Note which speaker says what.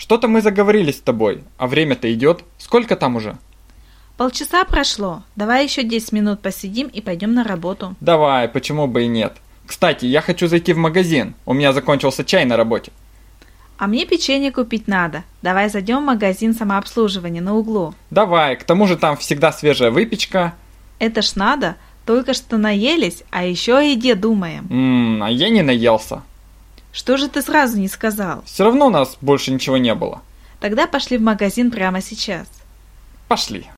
Speaker 1: Что-то мы заговорились с тобой, а время-то идет. Сколько там уже?
Speaker 2: Полчаса прошло. Давай еще 10 минут посидим и пойдем на работу.
Speaker 1: Давай, почему бы и нет. Кстати, я хочу зайти в магазин. У меня закончился чай на работе.
Speaker 2: А мне печенье купить надо. Давай зайдем в магазин самообслуживания на углу.
Speaker 1: Давай, к тому же там всегда свежая выпечка.
Speaker 2: Это ж надо. Только что наелись, а еще о еде думаем.
Speaker 1: Ммм, а я не наелся.
Speaker 2: Что же ты сразу не сказал?
Speaker 1: Все равно у нас больше ничего не было.
Speaker 2: Тогда пошли в магазин прямо сейчас.
Speaker 1: Пошли.